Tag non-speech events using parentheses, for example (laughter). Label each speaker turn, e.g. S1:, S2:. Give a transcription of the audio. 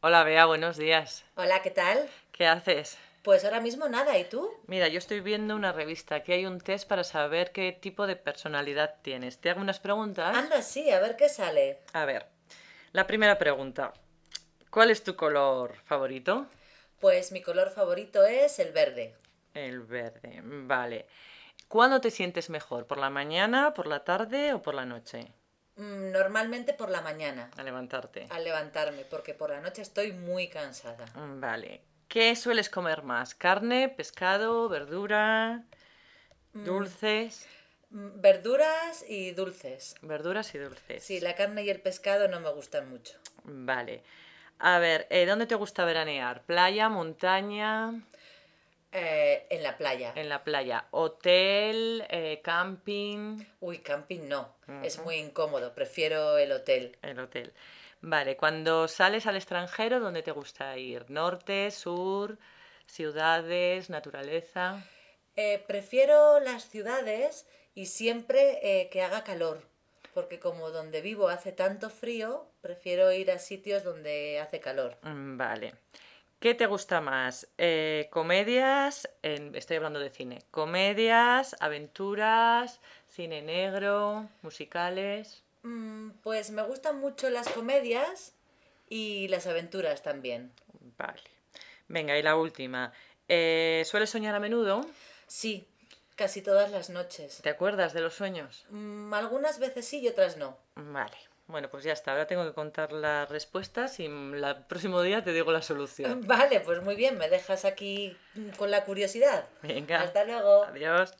S1: Hola Bea, buenos días.
S2: Hola, ¿qué tal?
S1: ¿Qué haces?
S2: Pues ahora mismo nada, ¿y tú?
S1: Mira, yo estoy viendo una revista. Aquí hay un test para saber qué tipo de personalidad tienes. Te hago unas preguntas.
S2: Anda, sí, a ver qué sale.
S1: A ver, la primera pregunta. ¿Cuál es tu color favorito?
S2: Pues mi color favorito es el verde.
S1: El verde, vale. ¿Cuándo te sientes mejor? ¿Por la mañana, por la tarde o por la noche?
S2: Mm, Normalmente por la mañana,
S1: Al levantarte.
S2: al levantarme, porque por la noche estoy muy cansada.
S1: Vale. ¿Qué sueles comer más? ¿Carne, pescado, verdura,
S2: Mm,
S1: dulces?
S2: mm, Verduras y dulces.
S1: Verduras y dulces.
S2: Sí, la carne y el pescado no me gustan mucho.
S1: Vale. A ver, eh, ¿dónde te gusta veranear? ¿Playa, montaña?
S2: Eh, en la playa.
S1: En la playa. ¿Hotel, eh, camping?
S2: Uy, camping no. Es
S1: Ujú.
S2: muy incómodo. Prefiero el hotel.
S1: El hotel. Vale, cuando sales al extranjero, ¿dónde te gusta ir? ¿Norte, sur, ciudades, naturaleza?
S2: Eh, prefiero las ciudades y siempre eh, que haga calor, porque como donde vivo hace tanto frío, prefiero ir a sitios donde hace calor.
S1: Mm, Vale. ¿Qué te gusta más? Eh, ¿Comedias? en- estoy hablando de cine. ¿Comedias, aventuras, cine negro, musicales?
S2: Mm, pues me gustan mucho las comedias y las aventuras también.
S1: Vale. Venga, y la última. Eh, ¿Sueles soñar a menudo?
S2: Sí, casi todas las noches.
S1: ¿Te acuerdas de los sueños?
S2: Mm, algunas veces sí y otras no.
S1: Vale. Bueno, pues ya está. Ahora tengo que contar las respuestas y mm, la- el próximo día te digo la
S2: (laughs)
S1: solución.
S2: Vale, pues muy bien, me dejas aquí mm, con la curiosidad.
S1: Venga.
S2: Hasta luego.
S1: Adiós.